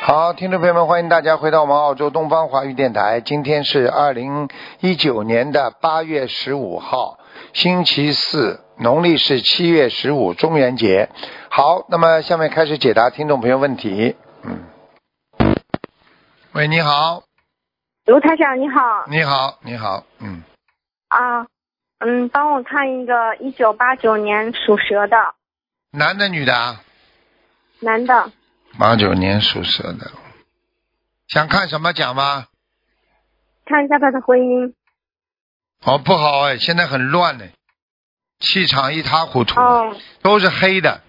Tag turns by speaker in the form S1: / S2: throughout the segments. S1: 好，听众朋友们，欢迎大家回到我们澳洲东方华语电台。今天是二零一九年的八月十五号，星期四，农历是七月十五，中元节。好，那么下面开始解答听众朋友问题。嗯，喂，你好，
S2: 卢台长你好
S1: 你好，你好，嗯，
S2: 啊，嗯，帮我看一个一九八九年属蛇的
S1: 男的女的啊？
S2: 男的，
S1: 八九年属蛇的，想看什么讲吗？
S2: 看一下他的婚姻。
S1: 哦，不好哎，现在很乱呢，气场一塌糊涂，
S2: 哦，
S1: 都是黑的。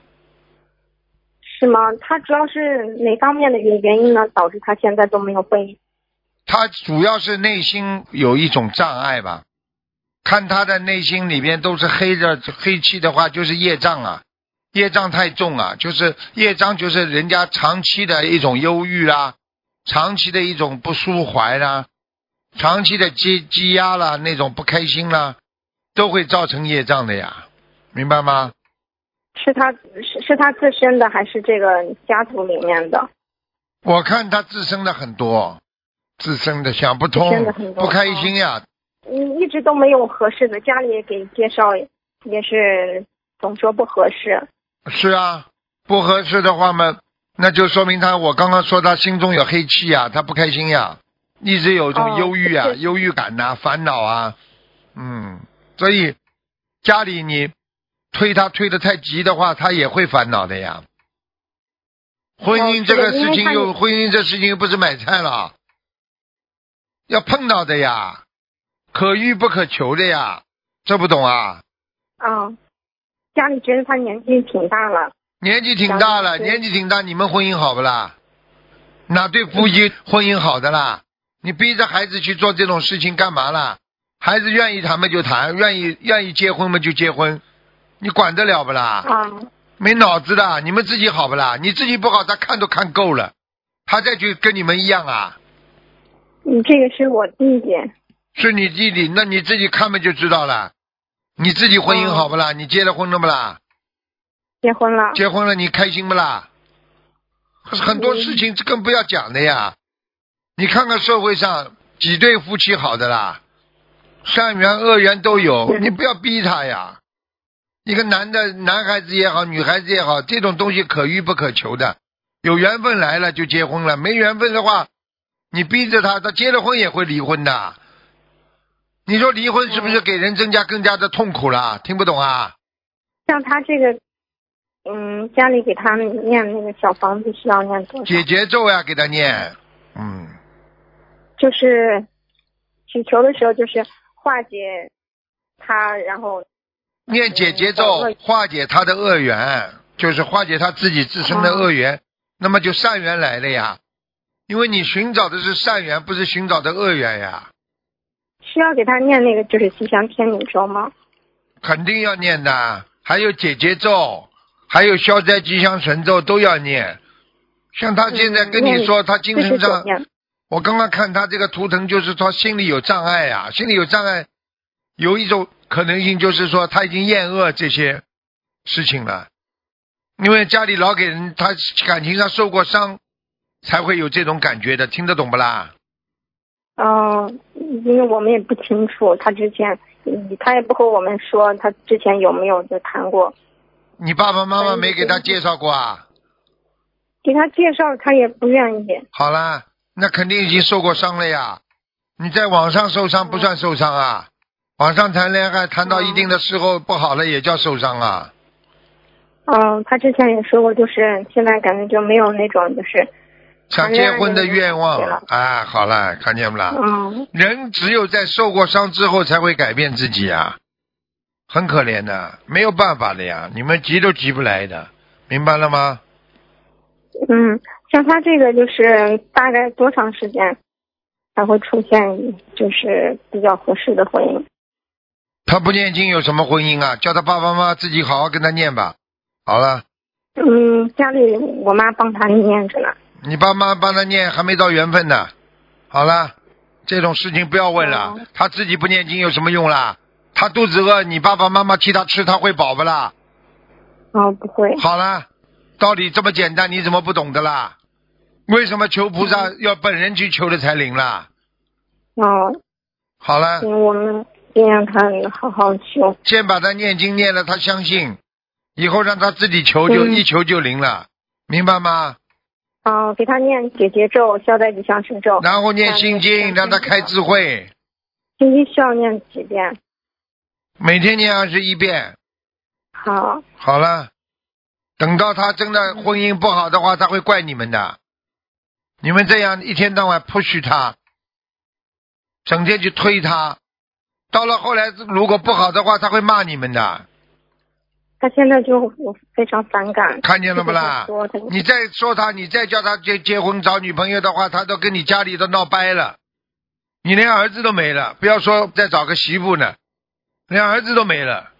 S2: 是吗？他主要是哪方面的原原因呢，导致他现在都没有婚姻？
S1: 他主要是内心有一种障碍吧，看他的内心里边都是黑的黑气的话，就是业障啊，业障太重啊，就是业障就是人家长期的一种忧郁啊，长期的一种不舒怀啦、长期的积积压啦，那种不开心啦、都会造成业障的呀，明白吗？
S2: 是他是是他自身的，还是这个家族里面的？
S1: 我看他自身的很多，自身的想不
S2: 自身的
S1: 通
S2: 很，多啊
S1: 不开心呀、
S2: 嗯，一直都没有合适的，家里也给介绍，也是总说不合适。
S1: 是啊，不合适的话嘛，那就说明他我刚刚说他心中有黑气呀、他不开心呀、一直有一种
S2: 哦
S1: 忧郁啊、
S2: 是
S1: 忧郁感呐、烦恼啊，嗯，所以家里你推他推的太急的话，他也会烦恼的呀。婚
S2: 哦
S1: 姻
S2: 是
S1: 这个
S2: 的因
S1: 事
S2: 为
S1: 情
S2: 他
S1: 又
S2: 也
S1: 婚姻这事情又不是买菜了，要碰到的呀，可遇不可求的呀，这不懂啊？
S2: 啊，家里觉得他年纪挺大了，
S1: 年纪挺大了，
S2: 对
S1: 年纪挺大，你们婚姻好不啦？哪对夫妻婚姻好的啦？你逼着孩子去做这种事情干嘛啦？孩子愿意谈嘛就谈，愿意愿意结婚嘛就结婚，你管得了不啦？
S2: 啊，
S1: 没脑子的，你们自己好不啦？你自己不好，他看都看够了，他再去跟你们一样啊？
S2: 嗯，这个是我弟弟，
S1: 是你弟弟，那你自己看嘛就知道了。你自己婚姻好不啦？你结了婚了不啦？
S2: 结婚了。
S1: 结婚了你开心不啦？很多事情更不要讲的呀。你看看社会上几对夫妻好的啦，善缘恶缘都有，
S2: 嗯
S1: 你不要逼他呀。一个男的，男孩子也好，女孩子也好，这种东西可遇不可求的。有缘分来了就结婚了，没缘分的话，你逼着他，他结了婚也会离婚的。你说离婚是不是给人增加更加的痛苦啦？听不懂啊？
S2: 像他这个，嗯，家里给他念那个小房子需要念多少
S1: 解？节奏呀、给他念，嗯。
S2: 就是祈求的时候，就是化解他，然后
S1: 念解结咒
S2: 嗯
S1: 化解他的恶缘，就是化解他自己自身的恶缘，那么就善缘来了呀。因为你寻找的是善缘，不是寻找的恶缘呀，
S2: 需要给他念那个就是吉祥天女咒吗？
S1: 肯定要念的。还有解结咒，还有消灾吉祥神咒都要念。像他现在跟你说，他精
S2: 四十
S1: 神
S2: 九
S1: 上，
S2: 念。
S1: 我刚刚看他这个图腾，就是他心里有障碍呀、心里有障碍，有一种可能性就是说他已经厌恶这些事情了，因为家里老给人他感情上受过伤，才会有这种感觉的，听得懂不啦？
S2: 嗯，因为我们也不清楚他之前，嗯他也不和我们说他之前有没有就谈过，
S1: 你爸爸妈妈没给他介绍过啊？
S2: 给他介绍他也不愿意。
S1: 好啦，那肯定已经受过伤了呀。你在网上受伤不算受伤啊，网上谈恋爱谈到一定的时候不好了也叫受伤啊。
S2: 嗯，他之前也说过，就是现在感觉就没有那种就是，
S1: 想结婚的愿
S2: 谈恋爱
S1: 望
S2: 的
S1: 啊，好了，看见不啦？
S2: 嗯，
S1: 人只有在受过伤之后才会改变自己啊，很可怜的，没有办法的呀，你们急都急不来的，明白了吗？
S2: 嗯，像他这个就是大概多长时间才会出现就是比较合适的婚姻？
S1: 他不念经有什么婚姻啊？叫他爸爸妈妈自己好好跟他念吧。好了，
S2: 嗯，家里我妈帮他念着呢。
S1: 你爸妈帮他念还没到缘分呢。好了，这种事情不要问了
S2: 哦，
S1: 他自己不念经有什么用啦？他肚子饿，你爸爸妈妈替他吃，他会饱不啦？
S2: 哦，不会，
S1: 好了，道理这么简单，你怎么不懂的啦？为什么求菩萨要本人去求的才灵啦？
S2: 哦，
S1: 好了，
S2: 行，我们尽量他好好修。
S1: 先把他念经念了，他相信，以后让他自己求就、
S2: 嗯
S1: 一求就灵了，明白吗？
S2: 哦，给他念解结咒、消灾吉祥神咒，
S1: 然后念心经，让他开智慧，
S2: 星期需要念几遍？
S1: 每天念二十一遍。
S2: 好，
S1: 好了，等到他真的婚姻不好的话，他会怪你们的。你们这样一天到晚 push 他，整天去推他，到了后来如果不好的话，他会骂你们的。
S2: 他现在就我非常反感。
S1: 看见了不啦
S2: 就是说他
S1: 你再说他，你再叫他结结婚找女朋友的话，他都跟你家里都闹掰了，你连儿子都没了，不要说再找个媳妇呢，连儿子都没了，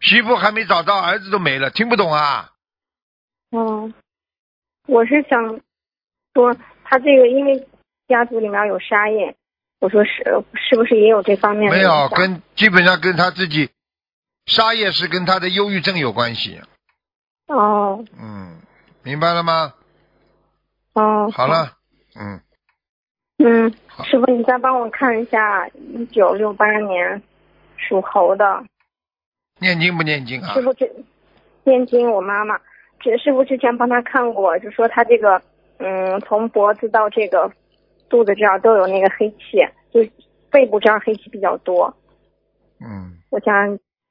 S1: 媳妇还没找到，儿子都没了，听不懂啊？
S2: 嗯，我是想说，他这个因为家族里面有杀业，我说是是不是也有这方面的
S1: 没
S2: 影响？
S1: 有，跟基本上跟他自己，沙叶是跟他的忧郁症有关系，
S2: 哦
S1: 嗯，明白了吗？
S2: 哦，
S1: 好。了，嗯，
S2: 嗯，师傅，你再帮我看一下一九六八年属猴的
S1: 啊念经不念经啊
S2: 师？傅之念经，我妈妈这师傅之前帮她看过，就说她这个嗯，从脖子到这个肚子这儿都有那个黑气，就背部这儿黑气比较多，
S1: 嗯
S2: 我想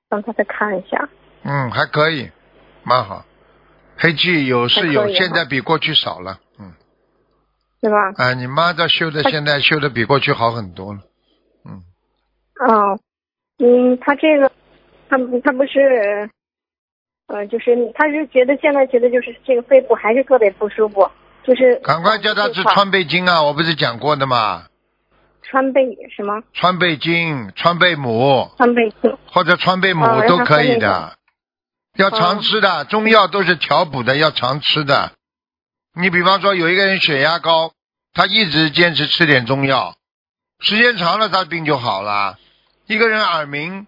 S2: 让她再看一下。
S1: 嗯，还可以，蛮好。黑气有是
S2: 还
S1: 有，
S2: 可以啊
S1: 现在比过去少了，嗯，
S2: 对吧？
S1: 啊，你妈这修的
S2: 他
S1: 现在修的比过去好很多了，嗯，
S2: 哦，嗯，他这个，他他不是，呃，就是他是觉得现在觉得就是这个肺部还是特别不舒服，就是
S1: 赶快叫她
S2: 这
S1: 吃
S2: 块儿
S1: 川贝精啊，我不是讲过的嘛，
S2: 川贝什么
S1: 川贝精、川贝母
S2: 川贝素
S1: 或者川贝母
S2: 哦让
S1: 都
S2: 她
S1: 可以
S2: 喝那
S1: 的。
S2: 个
S1: 要常吃
S2: 哦
S1: 的，中药都是调补的，要常吃的。你比方说有一个人血压高，他一直坚持吃点中药，时间长了他病就好了。一个人耳鸣，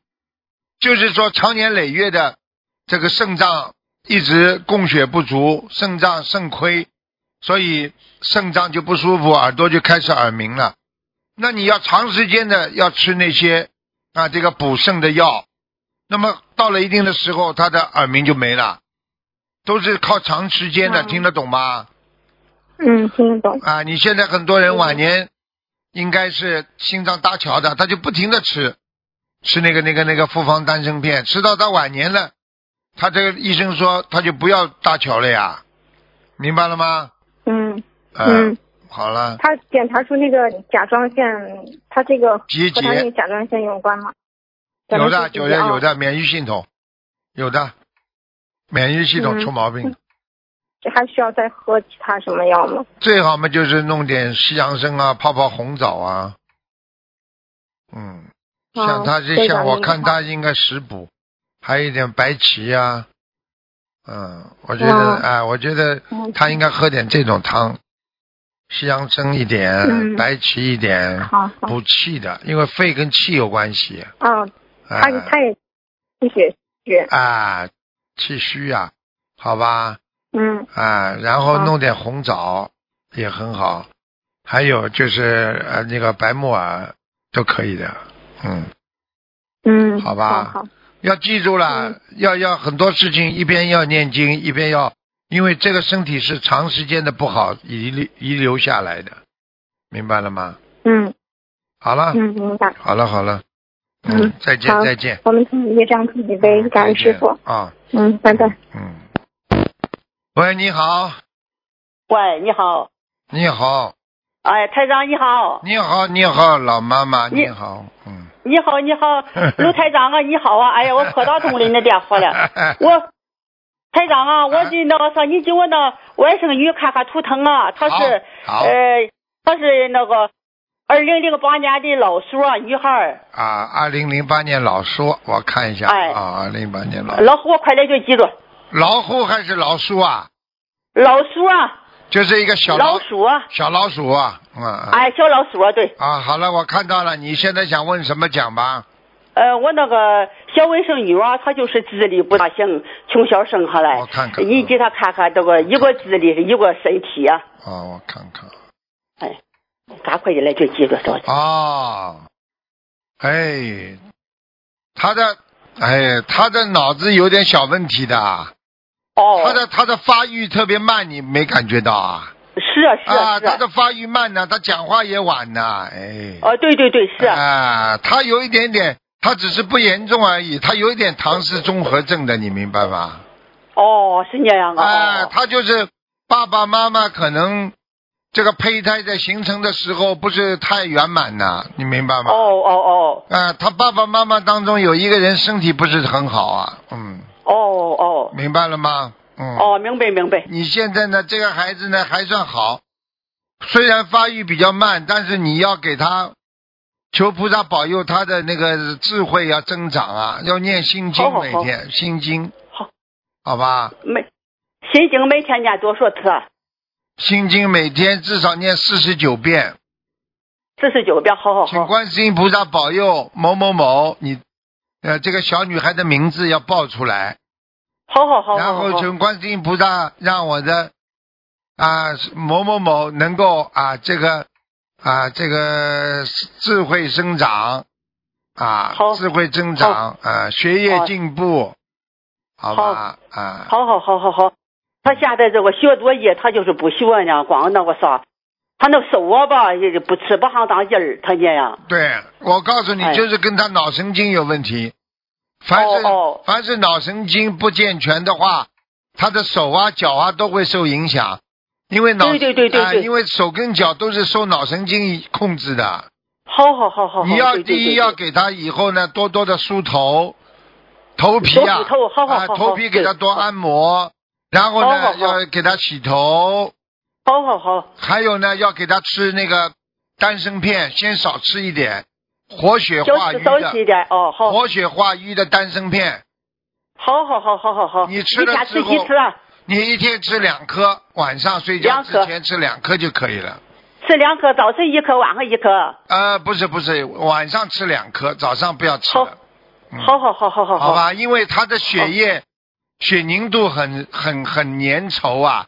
S1: 就是说长年累月的这个肾脏一直供血不足，肾脏肾亏，所以肾脏就不舒服，耳朵就开始耳鸣了。那你要长时间的要吃那些啊这个补肾的药，那么到了一定的时候，他的耳鸣就没了，都是靠长时间的，
S2: 嗯
S1: 听得懂吗？
S2: 嗯，听得懂。
S1: 啊，你现在很多人
S2: 嗯
S1: 晚年应该是心脏搭桥的，他就不停的吃，吃那个那个那个复方丹参片，吃到他晚年了，他这个医生说他就不要搭桥了呀，明白了吗？
S2: 嗯
S1: 呃、
S2: 嗯，，
S1: 好了，
S2: 他检查出那个甲状腺，他这个和
S1: 结
S2: 他那个
S1: 节
S2: 甲状腺有关吗？
S1: 有的
S2: 甲状
S1: 有的
S2: 腺
S1: 有
S2: 结节，
S1: 的免疫系统，有的免疫系统
S2: 嗯
S1: 出毛病了。
S2: 这还需要再喝其他什么药吗？
S1: 最好嘛就是弄点西洋参啊，泡泡红枣啊。嗯，
S2: 哦
S1: 像他
S2: 非
S1: 这
S2: 常
S1: 像我
S2: 厉害
S1: 看他应该食补，还有一点白芪呀、嗯，我觉得
S2: 哇
S1: 哎，我觉得
S2: 嗯
S1: 他应该喝点这种汤，西洋参一点，
S2: 嗯
S1: 白芪一点，
S2: 好好，
S1: 补气的，因为肺跟气有关系。
S2: 哦，
S1: 哎
S2: 他他也气血虚，
S1: 啊，气虚啊，好吧。
S2: 嗯
S1: 啊，然后
S2: 好
S1: 弄点红枣也很好，还有就是呃那个白木耳都可以的，嗯，
S2: 嗯，
S1: 好吧
S2: 好好
S1: 要记住
S2: 嗯
S1: 了，要要很多事情一边要念经，一边要，因为这个身体是长时间的不好遗留遗留下来的，明白了吗？
S2: 嗯
S1: 好了，
S2: 嗯，明白。
S1: 好了，好了，
S2: 嗯
S1: 再见，
S2: 好
S1: 再见，嗯
S2: 我们自己业障自己背，感恩师傅
S1: 再。见啊，
S2: 嗯，拜拜。
S1: 嗯，喂，你好，
S3: 喂，你好，
S1: 你好，
S3: 哎，台长你好，
S1: 你好，你好，老妈妈，
S3: 你
S1: 你好，嗯。
S3: 你好，你好，刘台长啊，你好啊，哎呀，我可打通了你的电话 了，我，台长啊，我就那个啥，你给我那外甥女看看图腾啊，她是
S1: 好好
S3: 呃，她是那个二零零八年的老鼠啊，女孩儿，
S1: 啊，二零零八年老鼠，我看一下、
S3: 哎
S1: 啊，二零零八年老
S3: 老虎我快点就记住，
S1: 老虎还是老鼠啊？
S3: 老鼠啊，
S1: 就是一个小
S3: 老哎鼠啊，
S1: 小老鼠啊，嗯嗯
S3: 哎，小老鼠啊，对，
S1: 啊，好了，我看到了，你现在想问什么讲吧？
S3: 呃，我那个小外甥女啊，她就是智力不大行，从小生下来。
S1: 我看看啊
S3: 你给她看看这个，一个智力，一个身体啊。
S1: 啊，我看看
S3: 哎，赶快一来就记住到。
S1: 啊，哎，他的哎，他的脑子有点小问题的，
S3: 哦，
S1: 他的他的发育特别慢，你没感觉到啊？
S3: 是啊是
S1: 啊，
S3: 啊是
S1: 他
S3: 啊。
S1: 的发育慢呢，他讲话也晚呢，哎，
S3: 哦，对对对，是啊。
S1: 啊，他有一点点，他只是不严重而已，他有一点唐氏综合症的，你明白吗？
S3: 哦，是那样啊。
S1: 啊，
S3: 哦
S1: 他就是爸爸妈妈可能这个胚胎在形成的时候不是太圆满呐，你明白吗？
S3: 哦哦
S1: 啊，他爸爸妈妈当中有一个人身体不是很好啊，嗯，
S3: 哦哦哦
S1: 明白了吗？嗯，
S3: 哦，明白明白。
S1: 你现在呢，这个孩子呢还算好，虽然发育比较慢，但是你要给他求菩萨保佑他的那个智慧要增长啊，要念心经
S3: 好好
S1: 每
S3: 好
S1: 天心经，
S3: 好，
S1: 好吧，
S3: 每心经每天念多少次？啊？
S1: 心经每天至少念四十九遍，
S3: 四十九遍，好好
S1: 请
S3: 好。
S1: 观世音菩萨保佑某某某，你呃这个小女孩的名字要报出来。
S3: 好好好
S1: 然
S3: 好
S1: 后
S3: 好。
S1: 请观世音菩萨让我的啊某某某能够啊这个啊这个智慧生长啊
S3: 好
S1: 智慧增长啊学业进步，好吧啊
S3: 好好好好好，他现在这个学作业，他就是不学呢，光那个啥，他那手啊吧，也是不吃不上当劲儿，他那样。
S1: 对我告诉你
S3: 哎
S1: 就是跟他脑神经有问题，凡是
S3: 哦哦
S1: 凡是脑神经不健全的话，他的手啊脚啊都会受影响。因为脑
S3: 对对对对
S1: 啊
S3: 对
S1: 因为手跟脚都是受脑神经控制的。
S3: 好好好好好，
S1: 你要
S3: 对对
S1: 第一
S3: 对
S1: 要
S3: 对
S1: 给他以后呢多多的梳头，头皮啊，
S3: 多梳头好好
S1: 啊
S3: 好好
S1: 头皮给他
S3: 对
S1: 多按摩，然后
S3: 好
S1: 呢
S3: 好好
S1: 要给他洗头，
S3: 好好好
S1: 还有呢要给他吃那个丹参片，先少吃一点，活血
S3: 少
S1: 化
S3: 吃
S1: 瘀
S3: 少吃
S1: 的，
S3: 一点哦，好，
S1: 活血化瘀的丹参片，
S3: 好好好好好好，
S1: 你吃
S3: 一
S1: 了
S3: 天
S1: 之
S3: 吃几
S1: 后
S3: 次啊？
S1: 你一天吃两颗，晚上睡觉
S3: 两
S1: 之
S3: 颗
S1: 前吃两颗就可以了。
S3: 吃两颗，早晨一颗，晚上一颗。
S1: 呃，不是不是，晚上吃两颗，早上不要吃
S3: 好
S1: 了。嗯
S3: 好好好好好
S1: 好，吧，因为他的血
S3: 哦
S1: 液血凝度很很很粘稠啊，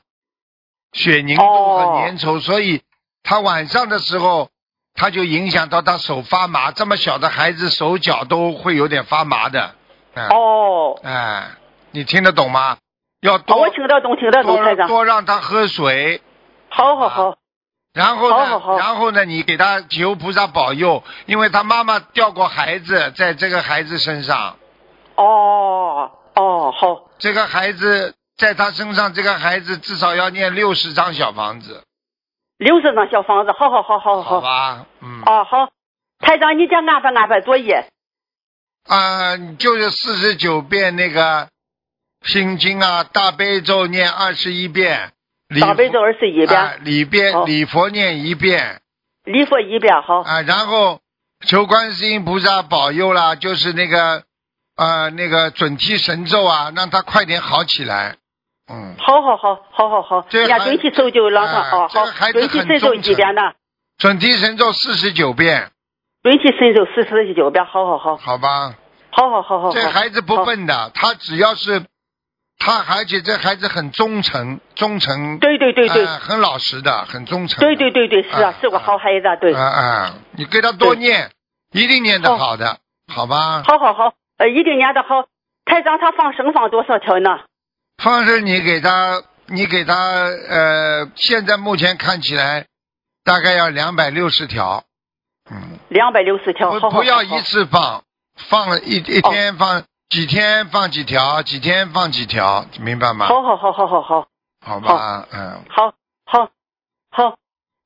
S1: 血凝度
S3: 哦
S1: 很粘稠，所以他晚上的时候他就影响到他手发麻，这么小的孩子手脚都会有点发麻的，哎、
S3: 哦，
S1: 哎，你听得懂吗？要
S3: 好，
S1: 多
S3: 哦我听得懂，听得懂，台
S1: 多啊
S3: 长。
S1: 多让他喝水，
S3: 好好好，
S1: 然后呢，
S3: 好好好
S1: 然后呢，你给他求菩萨保佑，因为他妈妈掉过孩子，在这个孩子身上，
S3: 哦哦好，
S1: 这个孩子在他身上，这个孩子至少要念六十张小房子，
S3: 六十张小房子，好好好好
S1: 好
S3: 好。
S1: 吧？嗯
S3: 哦好，台长，你再安排安排作业。
S1: 啊、就是四十九遍那个心经啊，大悲咒念二十一遍，礼
S3: 大悲咒二十一
S1: 啊
S3: 遍，哦
S1: 礼边、
S3: 好
S1: 礼佛念一遍
S3: 礼佛一遍，好。
S1: 啊、然后求观世音菩萨保佑啦，就是那个呃那个准提神咒啊，让他快点好起来。嗯，
S3: 好好好好好好，
S1: 这个
S3: 人家
S1: 孩
S3: 准提手就让他
S1: 啊
S3: 哦
S1: 这个
S3: 好
S1: 孩，子
S3: 准提
S1: 很
S3: 神咒
S1: 忠
S3: 几遍呢？
S1: 准提神咒四十九遍，
S3: 准提神咒四十九遍，好好好，
S1: 好吧？
S3: 好好好好。
S1: 这
S3: 好
S1: 孩子不，笨
S3: 哦
S1: 的，他只要是他，而且这孩子很忠诚，忠诚，
S3: 好对对对对
S1: 呃很老实的，很忠诚的，
S3: 对对对对，是
S1: 啊
S3: 啊，是个好孩子啊，对
S1: 啊。啊、你给他多念，一定念得好的，好吧？
S3: 哦好好好，呃，一定念的好。台长他放生放多少条呢？
S1: 方式你给他，你给他，呃，现在目前看起来大概要两百六十条，嗯，
S3: 两百六十哦条，
S1: 不
S3: 好好好
S1: 不要
S3: 好哦
S1: 一次放，放了一一天放几天放几条，几天放几条，明白吗？
S3: 好好好好好好
S1: 好吧，嗯。
S3: 好好好，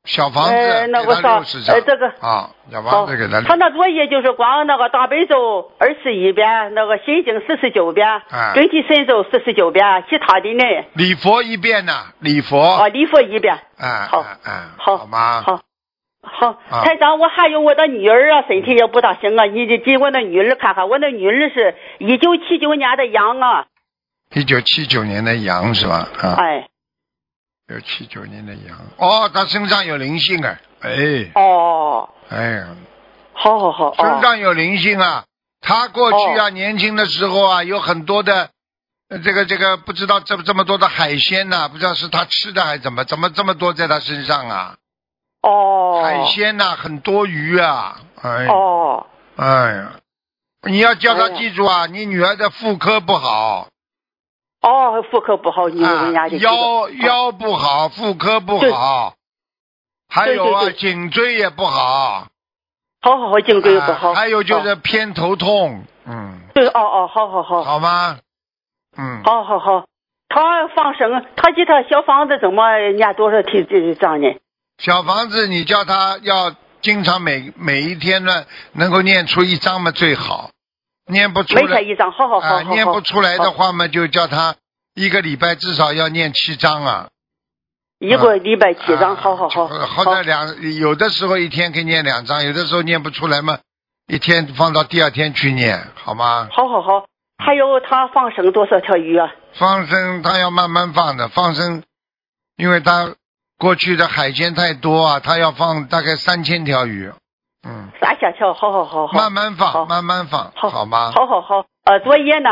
S1: 小房子
S3: 呃
S1: 给
S3: 那我
S1: 他
S3: 说
S1: 六十张，
S3: 呃这个
S1: 啊，小
S3: 好
S1: 房子给他，
S3: 他那作业就是光那个大悲咒二十一遍，那个心经四十九遍
S1: 哎，
S3: 准提神咒四十九遍，其他的呢？
S1: 礼佛一遍呐，礼佛，
S3: 啊，礼佛一遍。
S1: 哎
S3: 好
S1: 哎哎，
S3: 好
S1: 吗？
S3: 好，好
S1: 啊，嗯
S3: 台长，我还有我的女儿啊，身体也不大行啊，你得给我那女儿看看，我那女儿是一九七九年的羊啊，
S1: 一九七九年的羊是吧？啊，
S3: 哎，
S1: 一九七九年的羊，哦，他身上有灵性啊，哎
S3: 哦，
S1: 哎呀，
S3: 好好好，
S1: 身
S3: 哦，
S1: 上有灵性啊，他过去啊，年轻的时候啊，有很多的呃这个这个不知道这这么多的海鲜呐、不知道是他吃的还是怎么，怎么这么多在他身上啊？
S3: 哦，
S1: 海鲜呐、很多鱼啊，哎，
S3: 哦，
S1: 哎呀，你要叫他
S3: 哎呀
S1: 记住啊，你女儿的妇科不好，
S3: 哦，妇科不好，你
S1: 啊
S3: 人家就知道
S1: 腰腰不好，妇科不好，还有啊
S3: 对对
S1: 颈椎也不好，
S3: 好好好，颈椎不
S1: 啊
S3: 好。
S1: 还有就
S3: 哦
S1: 是偏头痛，嗯，
S3: 对，哦哦，好好好，
S1: 好吗？嗯，
S3: 好好好。他放生，他这套小房子怎么念多少题这章呢？
S1: 小房子你叫他要经常每每一天呢能够念出一张嘛最好，念不出
S3: 每天
S1: 来
S3: 一章，好好好好
S1: 啊、
S3: 好。
S1: 念不出来的
S3: 好
S1: 话嘛就叫他一个礼拜至少要念七张啊。
S3: 一个礼拜七
S1: 啊
S3: 章，好好好，
S1: 好歹两有的时候一天可以念两张，有的时候念不出来嘛，一天放到第二天去念，好吗？
S3: 好好好。还有他放生多少条鱼啊？
S1: 放生他要慢慢放的，放生，因为他过去的海鲜太多啊，他要放大概三千条鱼，嗯，
S3: 三千条，好好好好
S1: 慢。慢放，
S3: 好
S1: 慢慢放，
S3: 好
S1: 吗？
S3: 好好好，呃，作业呢？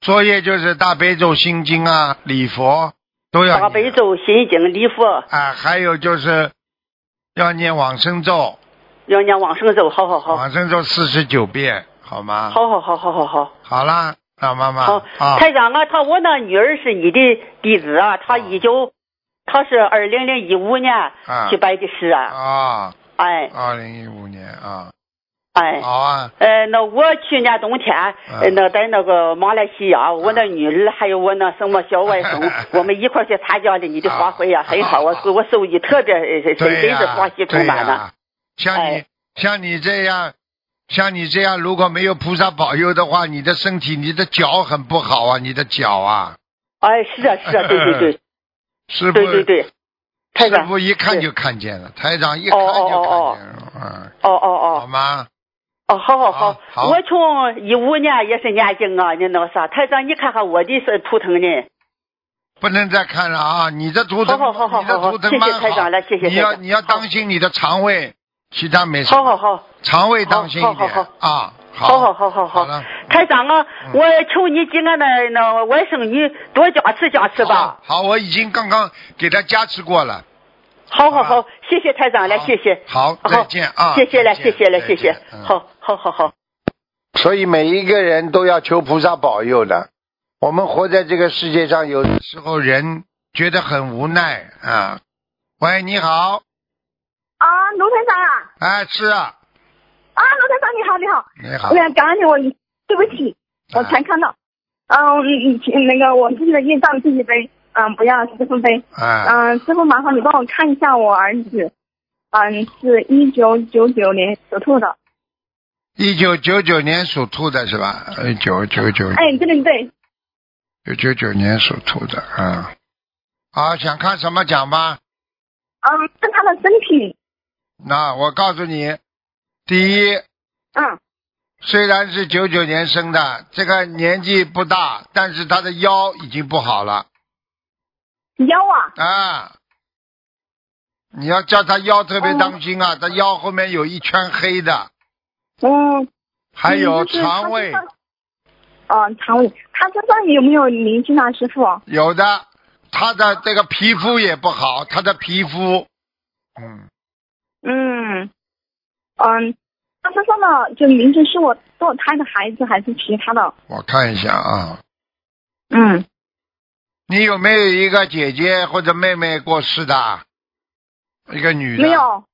S1: 作业就是大悲咒、心经啊、礼佛都要
S3: 大
S1: 念
S3: 悲咒、心经、礼佛，
S1: 啊，还有就是要念往生咒，
S3: 要念往生咒，好好好，
S1: 往生咒四十九遍，好吗？
S3: 好好好好好好。
S1: 好啦，那妈妈
S3: 好，
S1: 啊，
S3: 台长啊，他我那女儿是你的弟子啊，她一九，她是二零零一五年
S1: 啊
S3: 去拜的师啊，
S1: 啊，
S3: 哎
S1: 二零一五年啊，
S3: 哎，
S1: 好啊，，
S3: 呃，那我去年冬天，呃那在那个马来西亚，我那女儿还有我那什么小外甥 我们一块儿去参加了你的
S1: 啊
S3: 花卉呀，很好，我
S1: 啊
S3: 我受益特别呃深，
S1: 对
S3: 真
S1: 呀、
S3: 是欢喜充
S1: 对呀、
S3: 满了。
S1: 像你、
S3: 哎
S1: 像你这样，像你这样，如果没有菩萨保佑的话，你的身体、你的脚很不好啊，你的脚啊，
S3: 哎，是啊是啊，对 对对
S1: 师傅
S3: 对对哦对，台
S1: 师
S3: 长，
S1: 傅一看
S3: 对
S1: 就看见了，台长一
S3: 哦
S1: 看就看见了，嗯，
S3: 哦哦哦
S1: 好。吗？
S3: 哦，好
S1: 好
S3: 好好，
S1: 啊好
S3: 我从一五年也是念经啊，你那啥，台长，你看看我的是图腾呢，
S1: 不能再看了啊！你的图腾，
S3: 好好好好
S1: 你的
S3: 好好
S1: 图腾
S3: 谢谢
S1: 蛮
S3: 台长了谢谢
S1: 你要
S3: 台长
S1: 你要当心你的肠胃，其他没什么。
S3: 好好好，
S1: 肠胃当心一点
S3: 好好
S1: 啊！
S3: 好好好好
S1: 好了，
S3: 台长啊，
S1: 嗯
S3: 我求你今个那那外甥女多啊加持加持吧，
S1: 好，好我已经刚刚给他加持过了。
S3: 好好
S1: 好
S3: 好，谢谢台长了，
S1: 好
S3: 谢谢，
S1: 好，
S3: 好
S1: 再见啊！
S3: 谢谢
S1: 再
S3: 了，谢
S1: 见
S3: 谢了，谢
S1: 再
S3: 谢，。
S1: 见嗯
S3: 好好好好。
S1: 所以每一个人都要求菩萨保佑的。我们活在这个世界上，有的时候人觉得很无奈啊。喂，你好，
S2: 啊，卢台长啊，
S1: 哎，是啊，
S2: 啊，卢台长你好，你好，
S1: 你好
S2: 我，想感恩你，我一对不起，
S1: 啊
S2: 我才看到，嗯，以前那个我自己的业障自己背，嗯，不要师傅背，
S3: 啊
S1: 哎，
S2: 嗯，师傅麻烦你帮我看一下我儿子，嗯，是一九九九年属兔的，
S1: 一九九九年属兔的是吧？一九九九
S2: 哎，对对对，
S1: 九九九年属兔的啊。好，想看什么讲吧？
S2: 嗯，看他的身体，
S1: 那我告诉你，第一，
S2: 嗯，
S1: 虽然是九九年生的，这个年纪不大，但是他的腰已经不好了
S2: 腰啊，
S1: 啊。你要叫他腰特别当心
S2: 哦
S1: 啊，他腰后面有一圈黑的，
S2: 嗯，
S1: 还有
S2: 嗯就是
S1: 哎肠胃
S2: 他身上哦，肠胃，他身上有没有灵性啊，师傅？
S1: 有的，他的这个皮肤也不好，他的皮肤，嗯，
S2: 嗯，嗯，他身上的就灵性是我堕胎的孩子还是其他的？
S1: 我看一下啊，
S2: 嗯，
S1: 你有没有一个姐姐或者妹妹过世的？一个女的，
S2: 没，有，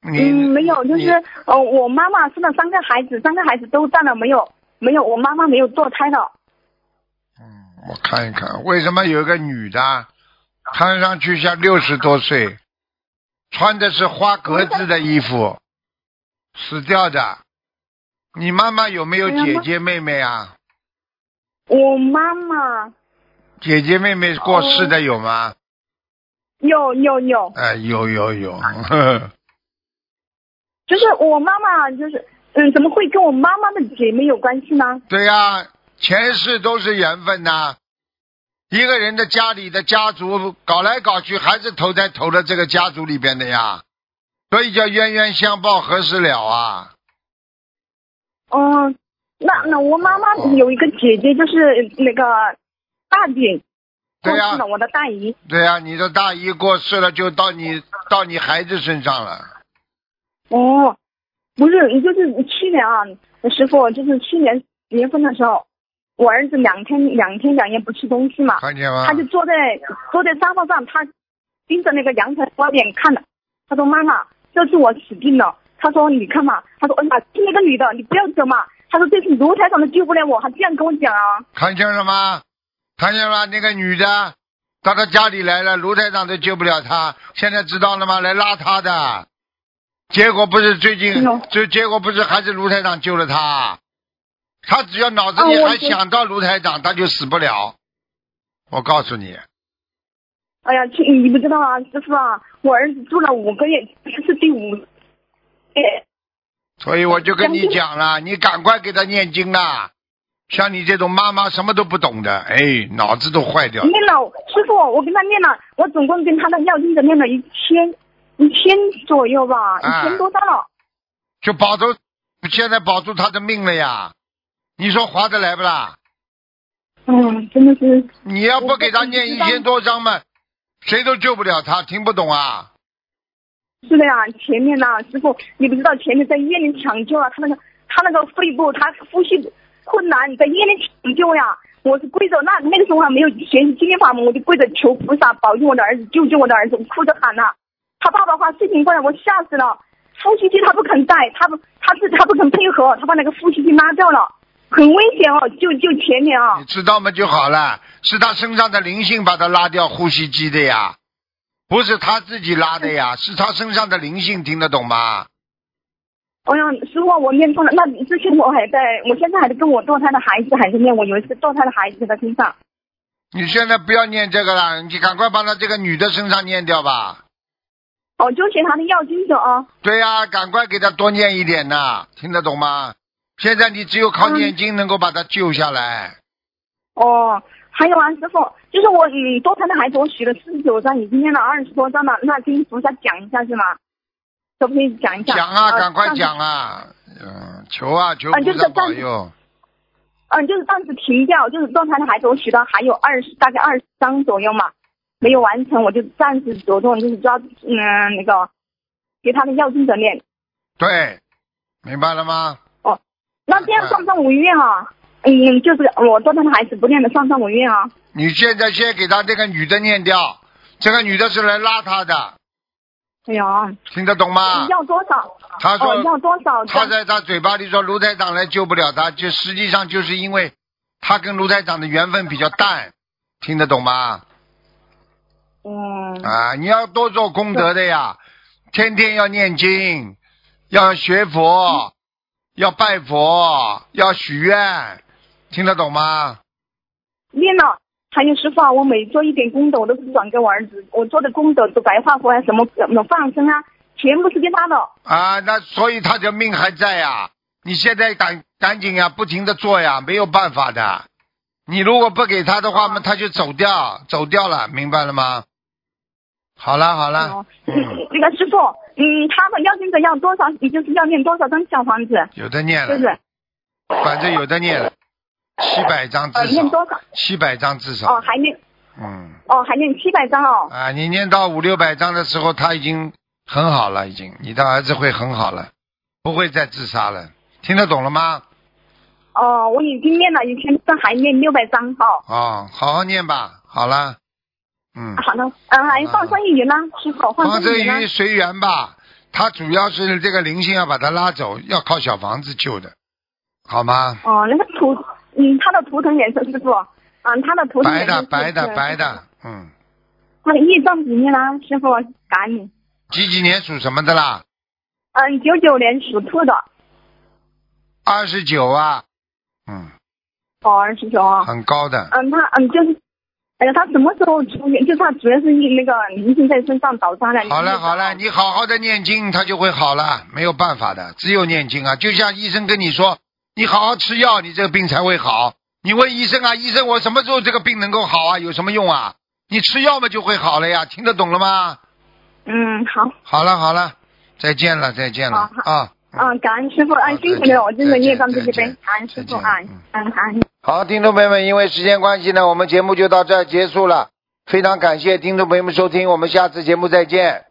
S1: 你、
S2: 嗯，没有，就
S1: 你
S2: 是呃，我妈妈生了三个孩子，三个孩子都占了没有，没有，我妈妈没有堕胎的。
S1: 我看一看，为什么有一个女的，看上去像六十多岁，穿的是花格子的衣服，死掉的。你妈妈有没有姐姐妹妹啊？
S2: 我妈妈
S1: 姐姐妹妹过世的有吗？
S2: 有有有，
S1: 哎，有有有， 呵呵
S2: 就是我妈妈就是嗯，怎么会跟我妈妈的姐妹有关系呢？
S1: 对呀、前世都是缘分呐、一个人的家里的家族搞来搞去，还是投胎投到这个家族里边的呀，所以叫冤冤相报何时了啊？
S2: 嗯，那那我妈妈
S1: 哦
S2: 有一个姐姐，就是那个大姐过
S1: 对呀、
S2: 世了，我的大姨。
S1: 对呀、你的大姨过世了，就到你到你孩子身上了。
S2: 哦，不是，就是去年啊，师傅，就是去年结婚的时候，我儿子两天两天两夜不吃东西嘛，
S1: 看见吗？
S2: 他就坐在坐在沙发上，他盯着那个阳台外面看的。他说：“妈妈，这次我死定了。”他说：“你看嘛。”他说：“哎呀妈，是那个女的，你不要走嘛。”他说：“这哎次卢台长都救不了我。”他这样跟我讲啊。
S1: 看见了吗？看见了吗？那个女的到他家里来了，卢台长都救不了她，现在知道了吗？来拉她的，结果不是最近
S2: 哎呦，
S1: 这结果不是还是卢台长救了她，她只要脑子
S2: 啊
S1: 里
S2: 我
S1: 还
S2: 知
S1: 想到卢台长，她就死不了。我告诉你，
S2: 哎呀，去你不知道啊，师傅啊，我儿子住了五个月，这是第五。哎，
S1: 所以我就跟你讲了，你赶快给他念经啦。像你这种妈妈什么都不懂的，哎，脑子都坏掉了。
S2: 念了，师傅，我跟他念了，我总共跟他的要经者念了一千一千左右吧，
S1: 啊
S2: 一千多张了。
S1: 就保住，现在保住他的命了呀。你说划得来不啦？
S2: 嗯，真的是
S1: 你要不给他念一千多章嘛，谁都救不了他。听不懂啊？
S2: 是的呀，前面呐、师傅，你不知道前面在夜里抢救啊，他那个他那个肺部，他呼吸困难，你在夜里抢救呀。我是跪着，那那个时候还没有学习心灵法门，我就跪着求菩萨保佑我的儿子，救救我的儿子，我哭着喊呐、他爸爸话睡醒过来，我吓死了。呼吸机他不肯带，他不他自他不肯配合，他把那个呼吸机拉掉了，很危险哦，就就前面啊
S1: 你，知道吗？就好了，是他身上的灵性把他拉掉呼吸机的呀，不是他自己拉的呀，是他身上的灵性，听得懂吗？
S2: 哎呀，师傅，我念错了。那之前我还在，我现在还在跟我堕胎的孩子还在念，我有一次堕胎的孩子在他身上。
S1: 你现在不要念这个了，你赶快把他这个女的身上念掉吧。
S2: 哦，就写他的要经者啊。
S1: 对呀、赶快给他多念一点呐，听得懂吗？现在你只有靠
S2: 嗯
S1: 念经能够把他救下来。
S2: 哦，还有啊，师傅，就是我嗯，多胎的孩子，我许了四十九张，已经念了二十多张了，那跟菩萨讲一下是吗？可不可以讲一下？
S1: 讲啊，
S2: 呃
S1: 赶快。
S2: 暂时
S1: 讲啊，嗯，求啊，求
S2: 啊就
S1: 菩
S2: 是
S1: 萨
S2: 暂
S1: 保佑。
S2: 嗯、就是暂时停掉，就是多胎的孩子，我许到还有二十，大概二十张左右嘛，没有完成，我就暂时着重就是抓嗯那个，给他的要经者念。
S1: 对，明白了吗？
S2: 那这样算不算违愿啊？嗯，就是我多胎的孩子不念的，算不算违愿啊？
S1: 你现在先给他这个女的念掉，这个女的是来拉他的，
S2: 哎呀，
S1: 听得懂吗？
S2: 嗯要多少？
S1: 啊他说
S2: 哦，要多少张？
S1: 他在他嘴巴里说卢台长来救不了他，就实际上就是因为他跟卢台长的缘分比较淡，听得懂吗？
S2: 嗯。
S1: 啊，你要多做功德的呀，天天要念经，要学佛，要拜佛，要许愿，听得懂吗？
S2: 念了。还有师傅啊，我每做一点功德，我都是转给我儿子。我做的功德都白话佛啊，什么什么放生啊，全部是给他的。
S1: 啊，那所以他的命还在呀、你现在赶赶紧呀、不停的做呀，没有办法的。你如果不给他的话嘛，他就走掉，走掉了，明白了吗？好了好了
S2: 哦，
S1: 嗯，
S2: 那个师傅，嗯，他的要经者要多少？也就是要念多少张小房子？
S1: 有的念
S2: 就是
S1: 了，反正有的念了，七百张至
S2: 呃，念
S1: 少，
S2: 多少？
S1: 七百张至少
S2: 哦，，还念
S1: 嗯，
S2: 哦，还念七百张哦。
S1: 啊，你念到五六百张的时候，他已经很好了，已经，你的儿子会很好了，不会再自杀了，听得懂了吗？
S2: 哦，我已经念了一千张，还念六百张哦。
S1: 哦，好好念吧，好了，嗯，
S2: 好的，嗯，还放生鱼呢，师傅放
S1: 黄
S2: 生
S1: 这
S2: 鱼呢？
S1: 鱼随缘吧，它主要是这个灵性要把它拉走，要靠小房子救的，好吗？
S2: 哦，那个图，嗯，它的图腾颜色，师傅，嗯，它的图腾
S1: 白
S2: 颜色
S1: 的
S2: 是啊
S1: 白的白。的，嗯，
S2: 它的业障比例呢，师傅，感恩你。
S1: 几几年属什么的啦？
S2: 嗯，九九年属兔的，
S1: 二十九啊，嗯，
S2: 哦，二十九啊。
S1: 很高的，
S2: 嗯，他嗯就是，哎呀，他什么时候出现？就他主要是一那个灵性在身上倒塌了。
S1: 好了好了，你好好的念经，它就会好了，没有办法的，只有念经啊。就像医生跟你说，你好好吃药，你这个病才会好。你问医生啊，医生我什么时候这个病能够好啊？有什么用啊？你吃药嘛就会好了呀，听得懂了吗？
S2: 嗯，好，
S1: 好了好了，再见了再见了
S2: 好
S1: 啊！
S2: 嗯，感恩师傅，啊，辛苦了，我真的业障自己背，感恩师傅啊，
S1: 嗯
S2: 感恩感恩。
S1: 好，听众朋友们，因为时间关系呢，我们节目就到这儿结束了。非常感谢听众朋友们收听，我们下次节目再见。